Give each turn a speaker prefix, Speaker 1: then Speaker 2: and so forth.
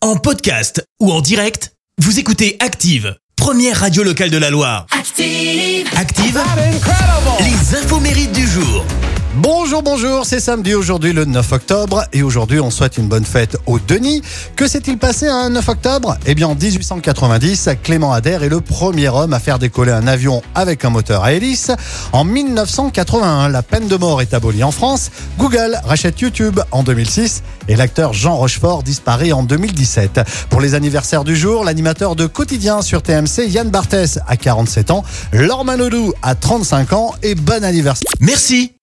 Speaker 1: En podcast ou en direct, vous écoutez Active, première radio locale de la Loire.
Speaker 2: Active.
Speaker 1: Active, les infos mérites du jour.
Speaker 3: Bonjour, bonjour, c'est samedi aujourd'hui le 9 octobre et aujourd'hui on souhaite une bonne fête aux Denis. Que s'est-il passé un 9 octobre Eh bien en 1890, Clément Adair est le premier homme à faire décoller un avion avec un moteur à hélice. En 1981, la peine de mort est abolie en France, Google rachète YouTube en 2006 et l'acteur Jean Rochefort disparaît en 2017. Pour les anniversaires du jour, l'animateur de Quotidien sur TMC, Yann Barthès, à 47 ans, Laure Manodou à 35 ans et bon anniversaire.
Speaker 1: Merci.